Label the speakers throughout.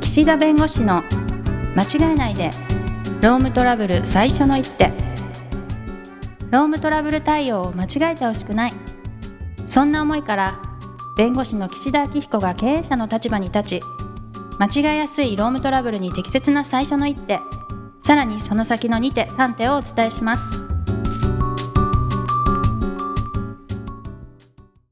Speaker 1: 岸田弁護士の間違えないでロームトラブル最初の一手ロームトラブル対応を間違えてほしくないそんな思いから弁護士の岸田明彦が経営者の立場に立ち間違えやすいロームトラブルに適切な最初の一手さらにその先の2手3手をお伝えします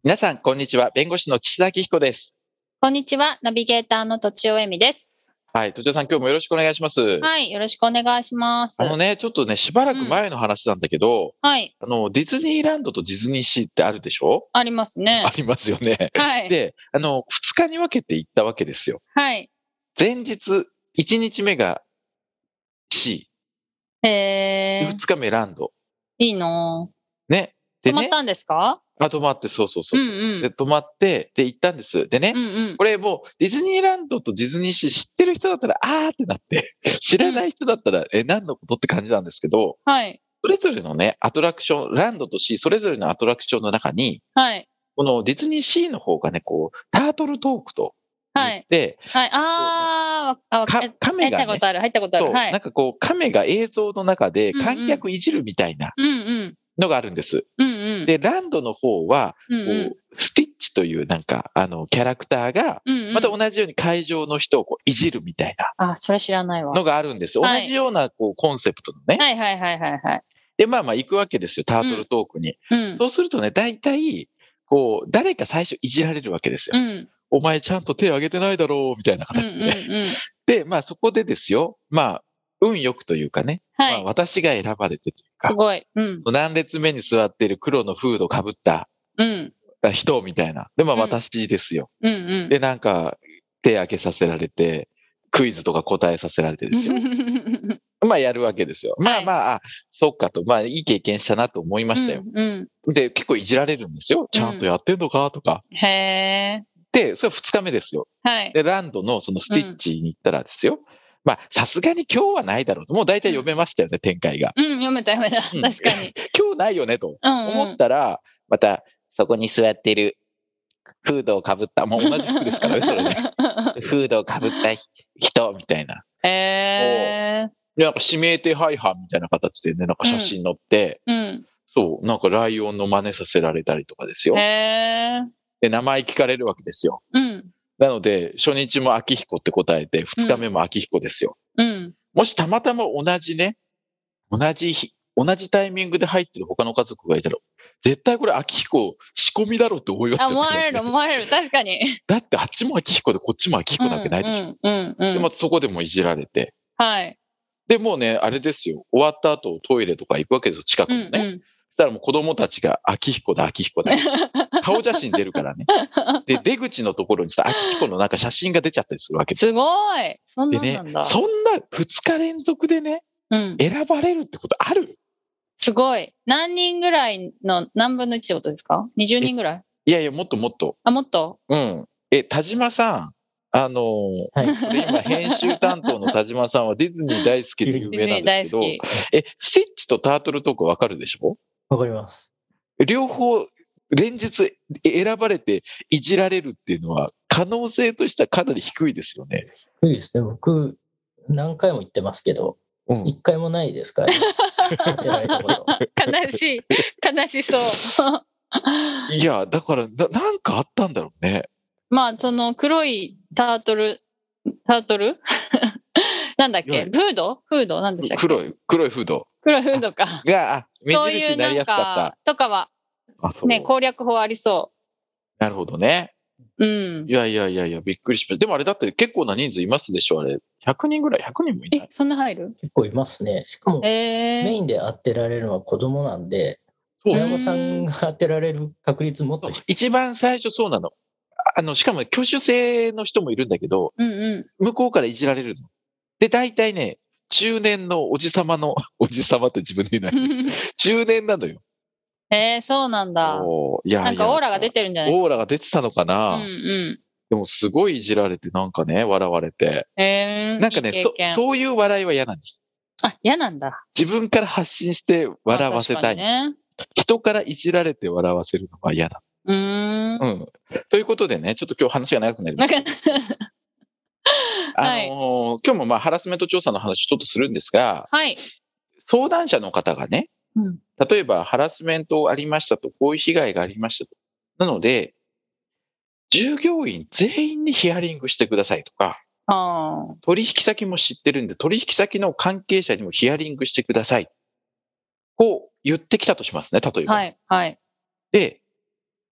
Speaker 2: 皆さん、こんにちは。弁護士の岸田明彦です。
Speaker 3: こんにちは、ナビゲーターのとちおえみです。
Speaker 2: はい。土屋さん、今日もよろしくお願いします。
Speaker 3: はい、よろしくお願いします。
Speaker 2: あのね、ちょっとね、しばらく前の話なんだけど、
Speaker 3: はい、
Speaker 2: あの、ディズニーランドとディズニーシーってあるでしょ
Speaker 3: ありますね
Speaker 2: あ。りますよね。
Speaker 3: はい、
Speaker 2: で、あの、2日に分けて行ったわけですよ。
Speaker 3: はい、
Speaker 2: 前日、1日目が C、
Speaker 3: えー、
Speaker 2: 2日目ランド。
Speaker 3: いいの
Speaker 2: ね。
Speaker 3: ー。
Speaker 2: で
Speaker 3: 止まっ
Speaker 2: ね、
Speaker 3: たんですか？
Speaker 2: あ、泊まって、そうそうそうう。
Speaker 3: んうん
Speaker 2: で、泊まって、で、行ったんです。でね、
Speaker 3: うんうん。
Speaker 2: これもうディズニーランドとディズニーシー知ってる人だったらあーってなって 知らない人だったらえ何のことって感じなんですけど
Speaker 3: はい、
Speaker 2: それぞれのねアトラクションランドとシーそれぞれのアトラクションの中に
Speaker 3: はい、
Speaker 2: このディズニーシーの方がねこうタートルトークと
Speaker 3: は
Speaker 2: 言っ
Speaker 3: い、
Speaker 2: て、
Speaker 3: はい。あー、わあ、わ
Speaker 2: か
Speaker 3: え
Speaker 2: カメ
Speaker 3: 入っ
Speaker 2: が、
Speaker 3: たこ
Speaker 2: ね
Speaker 3: とある、入ったことあ
Speaker 2: そ
Speaker 3: る。
Speaker 2: う
Speaker 3: は。
Speaker 2: ないんかこうカメが映像の中で
Speaker 3: うんうん
Speaker 2: 観客いじるみたいな
Speaker 3: うんうん
Speaker 2: のがあるんです。
Speaker 3: うんうん。
Speaker 2: でランドの方は
Speaker 3: うん
Speaker 2: こ
Speaker 3: う
Speaker 2: うんスティッチというなんかあのキャラクターが
Speaker 3: うんうん。
Speaker 2: また同じように会場の人をこういじるみたいな。
Speaker 3: あ、それ知らないわ。
Speaker 2: のがあるんです。同
Speaker 3: はい
Speaker 2: じようなこうコンセプトのね。
Speaker 3: はいはいはいはいはい。
Speaker 2: で、まあまあ行くわけですよ、タートルトークに。
Speaker 3: うん
Speaker 2: そうするとね、大体、こう、誰か最初いじられるわけですよ。
Speaker 3: うん
Speaker 2: お前ちゃんと手挙げてないだろう、みたいな
Speaker 3: うんうん
Speaker 2: 形で、ね
Speaker 3: うん。
Speaker 2: で、まあそこでですよ、まあ、運よくというかね、
Speaker 3: は
Speaker 2: まあ
Speaker 3: い、
Speaker 2: 私が選ばれてという
Speaker 3: す
Speaker 2: か、
Speaker 3: ごい。うん
Speaker 2: 何列目に座っている黒のフードかぶった
Speaker 3: うん
Speaker 2: 人みたいな。で、まあ
Speaker 3: うん
Speaker 2: 私ですよ。
Speaker 3: うんうん。
Speaker 2: で、なんか、手挙げさせられて、クイズとか答えさせられて ですよ。まあやるわけですよ。まあ
Speaker 3: はい
Speaker 2: まあ、あそっかと、まあいい経験したなと思いましたよ。
Speaker 3: うんうん。
Speaker 2: で、結構いじられるんですよ。ちゃんとやってんのかとか。
Speaker 3: へえ。
Speaker 2: で、それ2日目ですよ。
Speaker 3: はい。
Speaker 2: で、ランドのそのスティッチに行ったらですよ。まあ、さすがに今日はないだろうと。もう大体読めましたよね、展開が。
Speaker 3: うん、読めた読めた。
Speaker 2: うん
Speaker 3: 確か に。
Speaker 2: 今日ないよね、と
Speaker 3: うん、うん。
Speaker 2: 思ったら、また、そこに座ってる、フードをかぶった、もう同じ服ですから ね、それね。フードをかぶった人、みたいな。
Speaker 3: へえ。
Speaker 2: でなんか指名手配犯みたいな形でね、なんか写真載って、
Speaker 3: うん。
Speaker 2: そう、なんかライオンの真似させられたりとかですよ
Speaker 3: へ。え。
Speaker 2: で、名前聞かれるわけですよ。
Speaker 3: うん。
Speaker 2: なので、初日も秋彦って答えて、二日目も秋彦ですよ。
Speaker 3: うん。
Speaker 2: もしたまたま同じね、同じ日、同じタイミングで入ってる他の家族がいたら、絶対これ秋彦仕込みだろうって思います
Speaker 3: あ、
Speaker 2: よ、ね。
Speaker 3: 思われる思われる。確かに。
Speaker 2: だってあっちも秋彦でこっちも秋
Speaker 3: う
Speaker 2: 彦
Speaker 3: ん
Speaker 2: なわけないでしょ。
Speaker 3: うんうん。う
Speaker 2: で、
Speaker 3: ん
Speaker 2: またそこでもいじられて。
Speaker 3: はい。
Speaker 2: で、もうね、あれですよ。終わった後トイレとか行くわけですよ、近く
Speaker 3: う
Speaker 2: の
Speaker 3: ん
Speaker 2: ね。
Speaker 3: う
Speaker 2: そし
Speaker 3: ん。
Speaker 2: たらもう子供たちが秋彦だ、秋 彦だ。顔写真出るからね。で、出口のところにした秋彦のなんか写真が出ちゃったりするわけですよ
Speaker 3: すごい。そん
Speaker 2: で
Speaker 3: なん
Speaker 2: ね
Speaker 3: なんだ、。
Speaker 2: そんな2日連続でね、
Speaker 3: うん。
Speaker 2: 選ばれるってことある
Speaker 3: すごい。何人ぐらいの何分の1ってことですか ?20 人ぐらい
Speaker 2: いやいや、もっともっと。
Speaker 3: あ、もっと
Speaker 2: うん。え、田島さん、あのー
Speaker 4: はい
Speaker 2: これ今、編集担当の田島さんはディズニー大好きで有
Speaker 3: ディズ
Speaker 2: 名な
Speaker 3: ニ
Speaker 2: ん
Speaker 3: ー大
Speaker 2: ですけ
Speaker 3: 好
Speaker 2: ど、
Speaker 3: き。
Speaker 2: え、スイッチとタートルトークわかるでしょ
Speaker 4: わかります。
Speaker 2: 両方、連日選ばれていじられるっていうのは、可能性としてはかなり低いですよね。
Speaker 4: いいですね。僕、何回も言ってますけど、
Speaker 2: うん。
Speaker 4: 一回もないですから、当てられた こと。
Speaker 3: 悲しい。悲しそう。
Speaker 2: いや、だからな、なんかあったんだろうね。
Speaker 3: まあ、その黒いタートル、タートル なんだっ
Speaker 2: いわゆ
Speaker 3: け
Speaker 2: る
Speaker 3: フードフードなんでしたっけ
Speaker 2: 黒い、黒いフード
Speaker 3: 黒いフードか。
Speaker 2: が、あ目
Speaker 3: そうい
Speaker 2: 印
Speaker 3: う
Speaker 2: にな
Speaker 3: な
Speaker 2: り
Speaker 3: ん
Speaker 2: やすか
Speaker 3: か、とかは、
Speaker 2: った。あ、そう。
Speaker 3: ね、攻略法ありそ
Speaker 2: なるほどね。
Speaker 3: う。うん
Speaker 2: い。やいやいやいや、びっくりしました。でもあれだって結構な人数いますでしょ、あれ。100人ぐらい ?100 人もいな
Speaker 3: え
Speaker 2: い、
Speaker 3: そんな入る
Speaker 4: 結構いますね。しかも、
Speaker 3: え
Speaker 4: メイ
Speaker 3: ー、
Speaker 4: ンで当てられるのは子供なんで、
Speaker 2: そう
Speaker 4: 親
Speaker 2: そう
Speaker 4: 御さんが当てられる確率もっと低い。
Speaker 2: 一番最初そうなの。あの、しかも挙手制の人もいるんだけど、
Speaker 3: うんう
Speaker 2: 向こうからいじられるの。で、大体ね、中年のおじさまの、 おじさまって自分で言うな。
Speaker 3: ん。
Speaker 2: 中年なのよ。
Speaker 3: えー、そうなんだ。
Speaker 2: おーいやいや
Speaker 3: なんかオーラが出てるんじゃないです
Speaker 2: オーラが出てたの
Speaker 3: か
Speaker 2: かな、
Speaker 3: うんう
Speaker 2: でもすごいいじられて、なんかね、笑われて。
Speaker 3: ん。えー、
Speaker 2: なんかね
Speaker 3: いい経
Speaker 2: そ
Speaker 3: 験、
Speaker 2: そういう笑いは嫌なんです。
Speaker 3: あ、嫌なんだ。
Speaker 2: 自分から発信して笑わせ
Speaker 3: ま
Speaker 2: た
Speaker 3: あ
Speaker 2: い。
Speaker 3: 確かにね。
Speaker 2: 人からいじられて笑わせるのは嫌だ。
Speaker 3: うーん。
Speaker 2: うん。ということでね、ちょっと今日話が長くなりま
Speaker 3: な
Speaker 2: し
Speaker 3: んか、
Speaker 2: あの
Speaker 3: はい
Speaker 2: 今日もまあハラスメント調査の話ちょっとするんですが、
Speaker 3: はい。
Speaker 2: 相談者の方がね、
Speaker 3: うん
Speaker 2: 例えばハラスメントありましたと、こういう被害がありましたと。なので、従業員全員にヒアリングしてくださいとか、
Speaker 3: ああ。
Speaker 2: 取引先も知ってるんで、取引先の関係者にもヒアリングしてください。こう言ってきたとしますね、例えば。
Speaker 3: はい。はい。
Speaker 2: で、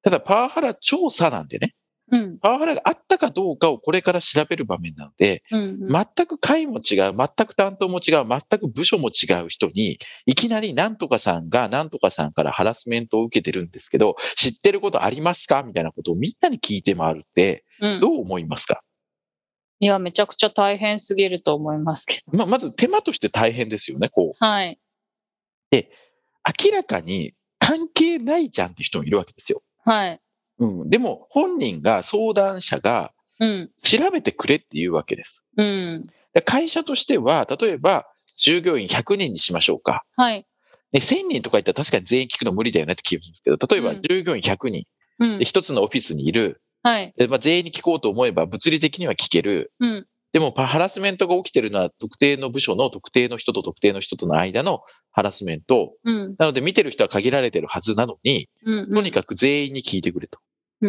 Speaker 2: ただパワハラ調査なんでね、
Speaker 3: うん。
Speaker 2: パワハラがあったかどうかをこれから調べる場面なので、
Speaker 3: うんうん。
Speaker 2: 全く会も違う、全く担当も違う、全く部署も違う人に、いきなりなんとかさんがなんとかさんからハラスメントを受けてるんですけど、知ってることありますかみたいなことをみんなに聞いて回るって、
Speaker 3: うん
Speaker 2: どう思いますか、
Speaker 3: いや、めちゃくちゃ大変すぎると思いますけど。
Speaker 2: まあ、まず手間として大変ですよね、こう。
Speaker 3: はい。
Speaker 2: 明らかに関係ないじゃんって人もいるわけですよ。
Speaker 3: はい。
Speaker 2: うん。でも、本人が、相談者が、
Speaker 3: うん。
Speaker 2: 調べてくれっていうわけです。
Speaker 3: うん。
Speaker 2: で会社としては、例えば、従業員100人にしましょうか。
Speaker 3: はい。
Speaker 2: で、1000人とか言ったら確かに全員聞くの無理だよねって気がするんですけど、例え
Speaker 3: う
Speaker 2: ば
Speaker 3: ん
Speaker 2: 従業員100人、
Speaker 3: うん
Speaker 2: で、。一つのオフィスにいる、
Speaker 3: はい。
Speaker 2: でまあ、全員に聞こうと思えば物理的には聞ける。
Speaker 3: うん。
Speaker 2: でも、パハラスメントが起きてるのは特定の部署の特定の人と特定の人との間のハラスメント。
Speaker 3: うん。
Speaker 2: なので、見てる人は限られてるはずなのに、
Speaker 3: うん。
Speaker 2: とにかく全員に聞いてくれと
Speaker 3: く。う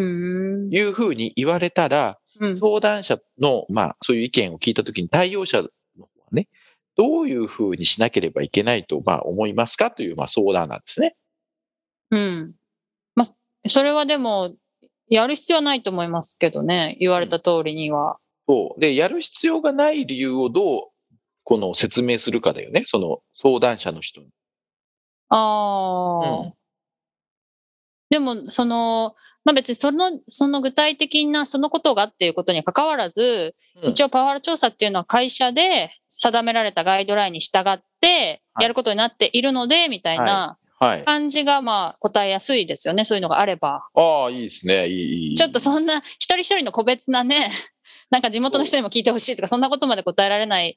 Speaker 3: ん。
Speaker 2: いうふうに言われたら、
Speaker 3: うん。
Speaker 2: 相談者の、まあ、そういう意見を聞いたときに対応者の方はね、どういうふうにしなければいけないと、まあ、思いますかという、まあ、相談なんですね。
Speaker 3: うん。まあ、それはでも、やる必要はないと思いますけどね。言われた通りには。
Speaker 2: そう。で、やる必要がない理由をどう、この説明するかだよね。その相談者の人に。
Speaker 3: ああ、
Speaker 2: うん
Speaker 3: でも、その、まあ、別にその、その具体的な、そのことがっていうことに関わらず、
Speaker 2: うん
Speaker 3: 一応パワハラ調査っていうのは会社で定められたガイドラインに従って
Speaker 2: はい
Speaker 3: やることになっているので、みたいな
Speaker 2: はい。
Speaker 3: 感じが、まあ、答えやすいですよね。そういうのがあれば。
Speaker 2: ああ、いいですね。いいいい。
Speaker 3: ちょっと
Speaker 2: う。
Speaker 3: そんな、一人一人の個別なね、 なんか地元の人にも聞いてほしいとか、そんなことまで答えられない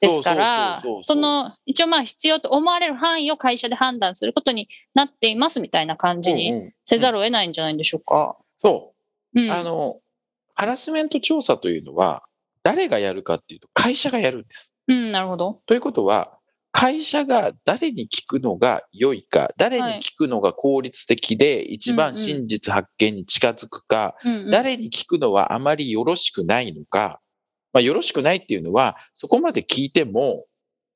Speaker 3: ですから
Speaker 2: そうそうそうそう、
Speaker 3: その、一応まあ必要と思われる範囲を会社で判断することになっていますみたいな感じ
Speaker 2: う
Speaker 3: に
Speaker 2: んうん
Speaker 3: せざるを得ないんじゃないんでしょうか。
Speaker 2: そうう。
Speaker 3: ん。
Speaker 2: あの、ハラスメント調査というのは、誰がやるかっていうと、会社がやるんです。
Speaker 3: うん、なるほど。
Speaker 2: ということは、会社が誰に聞くのが良いか、誰に聞くのが効率的で、一
Speaker 3: う
Speaker 2: 番
Speaker 3: んうん
Speaker 2: 真実発見に近づくか、
Speaker 3: うんうん、
Speaker 2: 誰に聞くのはあまりよろしくないのか、まあ、よろしくないっていうのは、そこまで聞いても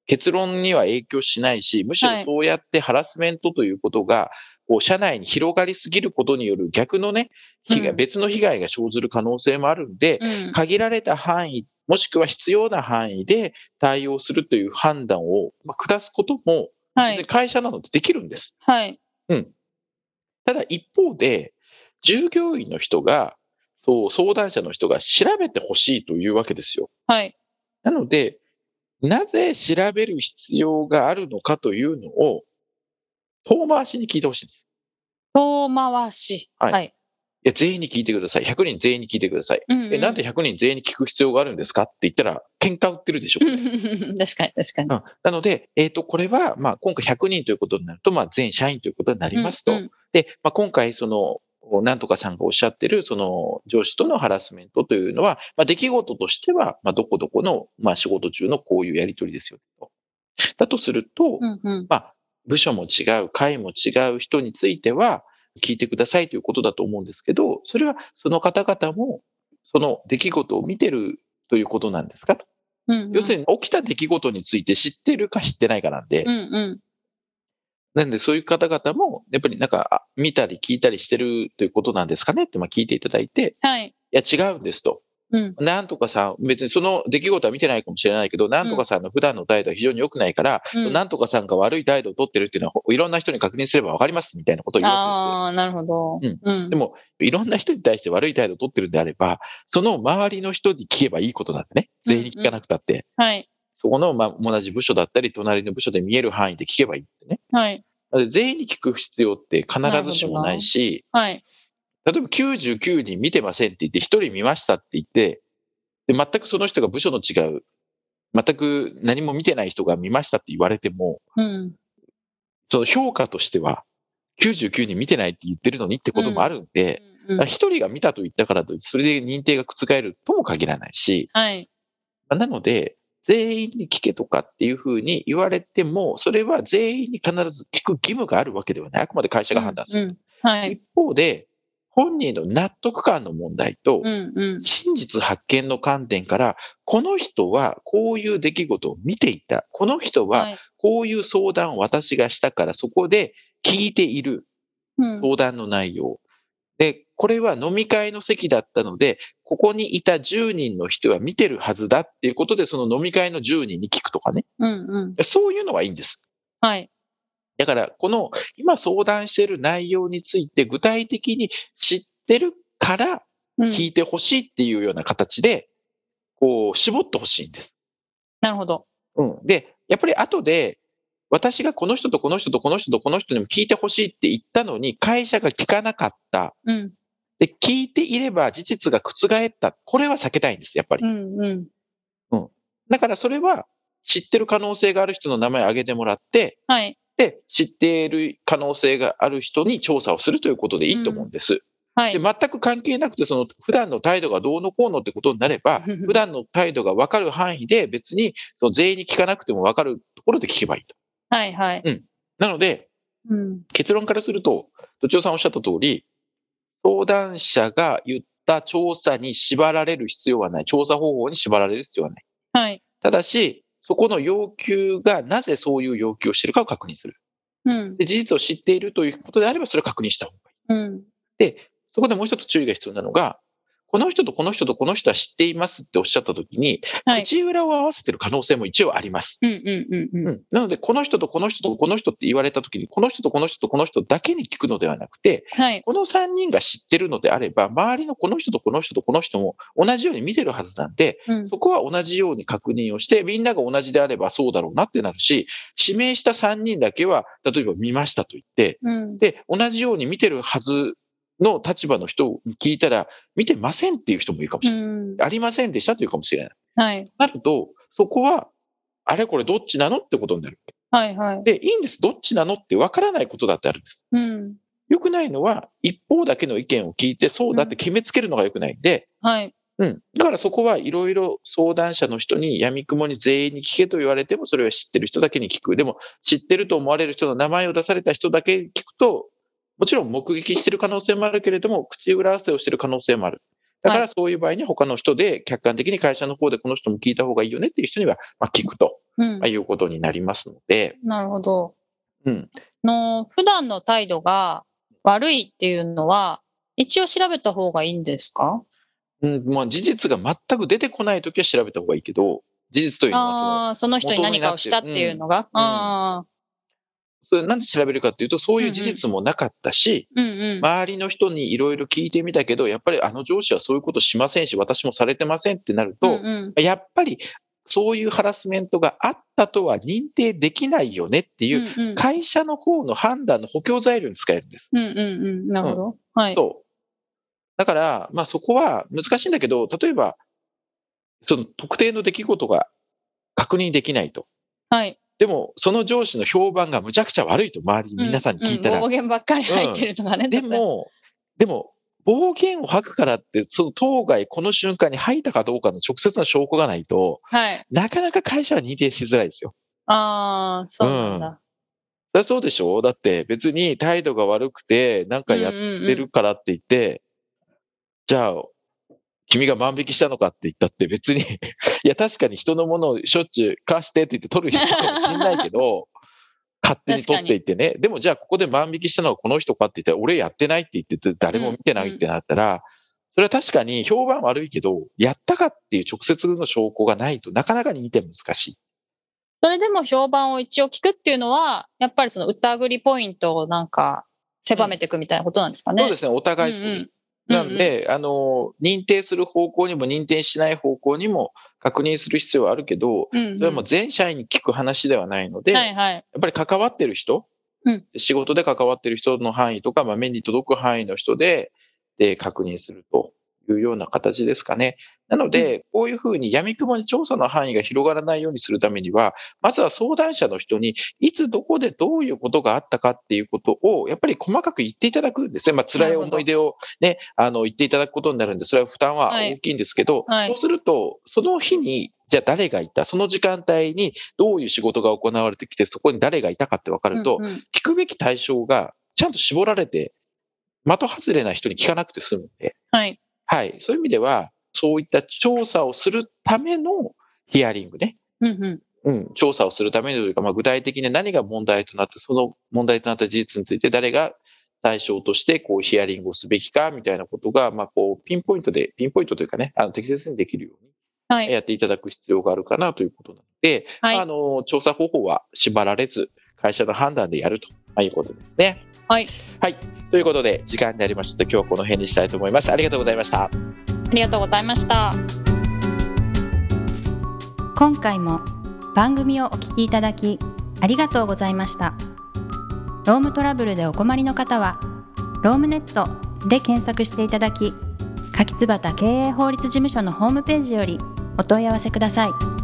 Speaker 2: 結論には影響しないし、むしろ
Speaker 3: はい
Speaker 2: そうやってハラスメントということが、こう社内に広がりすぎることによる逆のね、被害
Speaker 3: うん
Speaker 2: 別の被害が生ずる可能性もあるんで、
Speaker 3: うん、
Speaker 2: 限られた範囲、もしくは必要な範囲で対応するという判断をまあ下すことも、
Speaker 3: は
Speaker 2: 別に
Speaker 3: い。
Speaker 2: 会社なのでできるんです。
Speaker 3: はい。
Speaker 2: ただ一方で、従業員の人が、そう、相談者の人が調べてほしいというわけですよ。
Speaker 3: はい。
Speaker 2: なので、なぜ調べる必要があるのかというのを、遠回しに聞いてほしいんです。
Speaker 3: 遠回し。
Speaker 2: はい
Speaker 3: はい。
Speaker 2: いや、全員に聞いてください。100人全員に聞いてください。
Speaker 3: うんうん
Speaker 2: え、なんで100人全員に聞く必要があるんですかって言ったら、喧嘩売ってるでしょ。
Speaker 3: 確かに、確かに。
Speaker 2: うん、なので、えっ、と、これは、まあ、今回100人ということになると、まあ、全社員ということになりますと。
Speaker 3: うんうん
Speaker 2: で、まあ、今回、その、なんとかさんがおっしゃってる、その、上司とのハラスメントというのは、まあ、出来事としては、まあ、どこどこの、まあ、仕事中のこういうやりとりですよ、と。だとすると、
Speaker 3: うんうん。
Speaker 2: まあ、部署も違う、会も違う人については、聞いてくださいということだと思うんですけど、それは、その方々も、その出来事を見てるということなんですかと
Speaker 3: うんうん、
Speaker 2: 要するに起きた出来事について知ってるか知ってないかなんで、
Speaker 3: うんうん。
Speaker 2: なんでそういう方々も、やっぱりなんか、あ見たり聞いたりしてるということなんですかねってまあ聞いていただいて、
Speaker 3: はい。
Speaker 2: いや違うんですと。
Speaker 3: うん。
Speaker 2: なんとかさん、別にその出来事は見てないかもしれないけど、なんとかさんの普段の態度は非常に良くないから、
Speaker 3: うん
Speaker 2: なんとかさんが悪い態度を取ってるっていうのは、いろんな人に確認すればわかりますみたいなことを言うわ
Speaker 3: ああ、なるほど。
Speaker 2: うん
Speaker 3: うん
Speaker 2: でもけですよ。いろんな人に対して悪い態度を取ってるんであれば、その周りの人に聞けばいいことなんでね。全員に聞かなくたって。
Speaker 3: はい。
Speaker 2: そこの、まあ、同じ部署だったり、隣の部署で見える範囲で聞けばいいってね。
Speaker 3: はい。
Speaker 2: なので全員に聞く必要って必ずしもないし、
Speaker 3: はい。
Speaker 2: 例えば99人見てませんって言って、1人見ましたって言って、で、全くその人が部署の違う、全く何も見てない人が見ましたって言われても、
Speaker 3: うん。
Speaker 2: その評価としては、99人見てないって言ってるのにってこともあるんで、
Speaker 3: うんうん
Speaker 2: 1人が見たと言ったからといって、それで認定が覆るとも限らないし、
Speaker 3: はい。
Speaker 2: まなので、全員に聞けとかっていうふうに言われても、それは全員に必ず聞く義務があるわけではない。あくまで会社が判断する。
Speaker 3: うんはい。
Speaker 2: 一方で、本人の納得感の問題と、
Speaker 3: うんうん。
Speaker 2: 真実発見の観点から、この人はこういう出来事を見ていた。この人は
Speaker 3: はい
Speaker 2: こういう相談を私がしたから、そこで聞いている
Speaker 3: うん
Speaker 2: 相談の内容。で、これは飲み会の席だったので、ここにいた10人の人は見てるはずだっていうことで、その飲み会の10人に聞くとかね。
Speaker 3: うんうん。
Speaker 2: そういうのはいいんです。
Speaker 3: はい。
Speaker 2: だから、この今相談してる内容について具体的に知ってるから
Speaker 3: うん
Speaker 2: 聞いてほしいっていうような形で、こう、絞ってほしいんです。
Speaker 3: なるほど。
Speaker 2: うん。で、やっぱり後で、私がこの人とこの人とこの人とこの人にも聞いてほしいって言ったのに、会社が聞かなかった。
Speaker 3: うん。
Speaker 2: で、聞いていれば事実が覆った。これは避けたいんです、やっぱり
Speaker 3: う。んうん。
Speaker 2: だからそれは、知ってる可能性がある人の名前を挙げてもらって、
Speaker 3: はい。
Speaker 2: で、知っている可能性がある人に調査をするということでいいと思うんです。
Speaker 3: は
Speaker 2: で
Speaker 3: い。
Speaker 2: 全く関係なくて、その普段の態度がどうのこうのってことになれ ば、普段の態度が分かる範囲で別にその全員に聞かなくても分かるところで聞けばいいと。
Speaker 3: はいはい。
Speaker 2: なので、
Speaker 3: うん。
Speaker 2: 結論からすると、土地さんおっしゃった通り、相談者が言った調査に縛られる必要はない。調査方法に縛られる必要はない。
Speaker 3: はい。
Speaker 2: ただし、そこの要求がなぜそういう要求をしているかを確認する。
Speaker 3: うん。
Speaker 2: で、事実を知っているということであれば、それを確認した方がいい。
Speaker 3: うん。
Speaker 2: そこでもう一つ注意が必要なのが、この人とこの人とこの人は知っていますっておっしゃったときに、
Speaker 3: はい。
Speaker 2: 口裏を合わせてる可能性も一応あります。
Speaker 3: うんうんうん
Speaker 2: う
Speaker 3: うん。
Speaker 2: ん、なので、この人とこの人とこの人って言われたときに、この人とこの人とこの人だけに聞くのではなくて、
Speaker 3: はい。
Speaker 2: この3人が知ってるのであれば、周りのこの人とこの人とこの人も同じように見てるはずなんで、
Speaker 3: うん。
Speaker 2: そこは同じように確認をして、みんなが同じであればそうだろうなってなるし、指名した3人だけは、例えば見ましたと言って、
Speaker 3: うん。
Speaker 2: で、同じように見てるはずの立場の人に聞いたら、見てませんっていう人もいるかもし
Speaker 3: う
Speaker 2: れない。
Speaker 3: ん。
Speaker 2: ありませんでしたというかもしれない。
Speaker 3: はい。
Speaker 2: なると、そこは、あれこれどっちなのってことになる。
Speaker 3: はいはい。
Speaker 2: で、いいんです。どっちなのってわからないことだってあるんです。
Speaker 3: うん。
Speaker 2: 良くないのは、一方だけの意見を聞いて、そうだって決めつけるのが良くないんで、
Speaker 3: はい。
Speaker 2: うん。だからそこはいろいろ相談者の人に闇雲に全員に聞けと言われても、それは知ってる人だけに聞く。でも、知ってると思われる人の名前を出された人だけ聞くと、もちろん目撃してる可能性もあるけれども、口裏合わせをしてる可能性もある。だか
Speaker 3: は
Speaker 2: らそういう場合には他の人で客観的に会社の方でこの人も聞いた方がいいよねっていう人には、まあ、聞くと
Speaker 3: うん
Speaker 2: まあ。いうことになりますので、
Speaker 3: なるほど。
Speaker 2: うん。
Speaker 3: の普段の態度が悪いっていうのは一応調べた方がいいんですか
Speaker 2: うんまあ、事実が全く出てこないときは調べた方がいいけど、事実というのはその
Speaker 3: ああーその人に何かをしたっていうのが、
Speaker 2: 元に
Speaker 3: ああ
Speaker 2: それなんで調べるかっていうと、そういう事実もなかったし、
Speaker 3: うんうん、
Speaker 2: 周りの人にいろいろ聞いてみたけど、やっぱりあの上司はそういうことしませんし、私もされてませんってなると、
Speaker 3: うんうん
Speaker 2: やっぱりそういうハラスメントがあったとは認定できないよねっていう、
Speaker 3: うんうん
Speaker 2: 会社の方の判断の補強材料に使えるんです。
Speaker 3: うんうんうんなるほど、はい
Speaker 2: そう。だから、まあそこは難しいんだけど、例えば、その特定の出来事が確認できないと。
Speaker 3: はい
Speaker 2: でも、その上司の評判がむちゃくちゃ悪いと、周り、皆さんに聞いたら
Speaker 3: うんうん、暴。言ばっかり入ってるとかね、
Speaker 2: でも、でも、暴言を吐くからって、その当該この瞬間に吐いたかどうかの直接の証拠がないと、
Speaker 3: はい
Speaker 2: なかなか会社は認定しづらいですよ。
Speaker 3: ああそうなんだ、
Speaker 2: だそうでしょだって別に態度が悪くて、なんかやっ
Speaker 3: うんうん
Speaker 2: てるからって言って、じゃあ、君が万引きしたのかって言ったって別に 、いや確かに人のものをしょっちゅう貸してって言って取る人かもしんない けど、勝手に取っていってね。でもじゃあここで万引きしたのはこの人かって言ったら、俺やってないって言ってて誰も見てないってなったら、それは確かに評判悪いけど、やったかっていう直接の証拠がないとなかなか認定難しい。
Speaker 3: それでも評判を一応聞くっていうのはやっぱりその疑りポイントをなんか狭めていくみたいなことなんですかね、
Speaker 2: そうですね、お互いそうです。
Speaker 3: うんう
Speaker 2: なん
Speaker 3: うんうん
Speaker 2: んで、あの、認定する方向にも認定しない方向にも確認する必要はあるけど、
Speaker 3: うんうん
Speaker 2: それはもう全社員に聞く話ではないので、
Speaker 3: は
Speaker 2: や
Speaker 3: いはい
Speaker 2: っぱり関わってる人
Speaker 3: うん、
Speaker 2: 仕事で関わってる人の範囲とか、まあ、目に届く範囲の人で、で、確認するというような形ですかね。なので、こういうふうに闇雲に調査の範囲が広がらないようにするためには、まずは相談者の人に、いつどこでどういうことがあったかっていうことを、やっぱり細かく言っていただくんですね。まあ、辛い思い出をね、あの、言っていただくことになるんで、それは負担は
Speaker 3: はい
Speaker 2: 大きいんですけど、
Speaker 3: はい
Speaker 2: そうすると、その日にじゃあ誰がいた、その時間帯にどういう仕事が行われてきて、そこに誰がいたかって分かると、
Speaker 3: うんうん
Speaker 2: 聞くべき対象がちゃんと絞られて、的外れな人に聞かなくて済むんで、
Speaker 3: はい。
Speaker 2: はい、そういう意味では、そういった調査をするためのヒアリングね。
Speaker 3: うんうん。
Speaker 2: うん、調査をするためにというか、まあ、具体的に何が問題となって、その問題となった事実について誰が対象としてこうヒアリングをすべきかみたいなことが、まあ、こうピンポイントで、ピンポイントというかね、あの適切にできるよう
Speaker 3: は
Speaker 2: に
Speaker 3: い。
Speaker 2: やっていただく必要があるかなということなので、
Speaker 3: はい
Speaker 2: あの調査方法は縛られず、会社の判断でやるとまあいうことですね。
Speaker 3: はい、
Speaker 2: はい。ということで、時間になりましたので、今日はこの辺にしたいと思います。ありがとうございました。
Speaker 3: ありがとうございました。
Speaker 1: 今回も番組をお聞きいただきありがとうございましたロームトラブルでお困りの方は「ロームネット」で検索していただき柿椿経営法律事務所のホームページよりお問い合わせください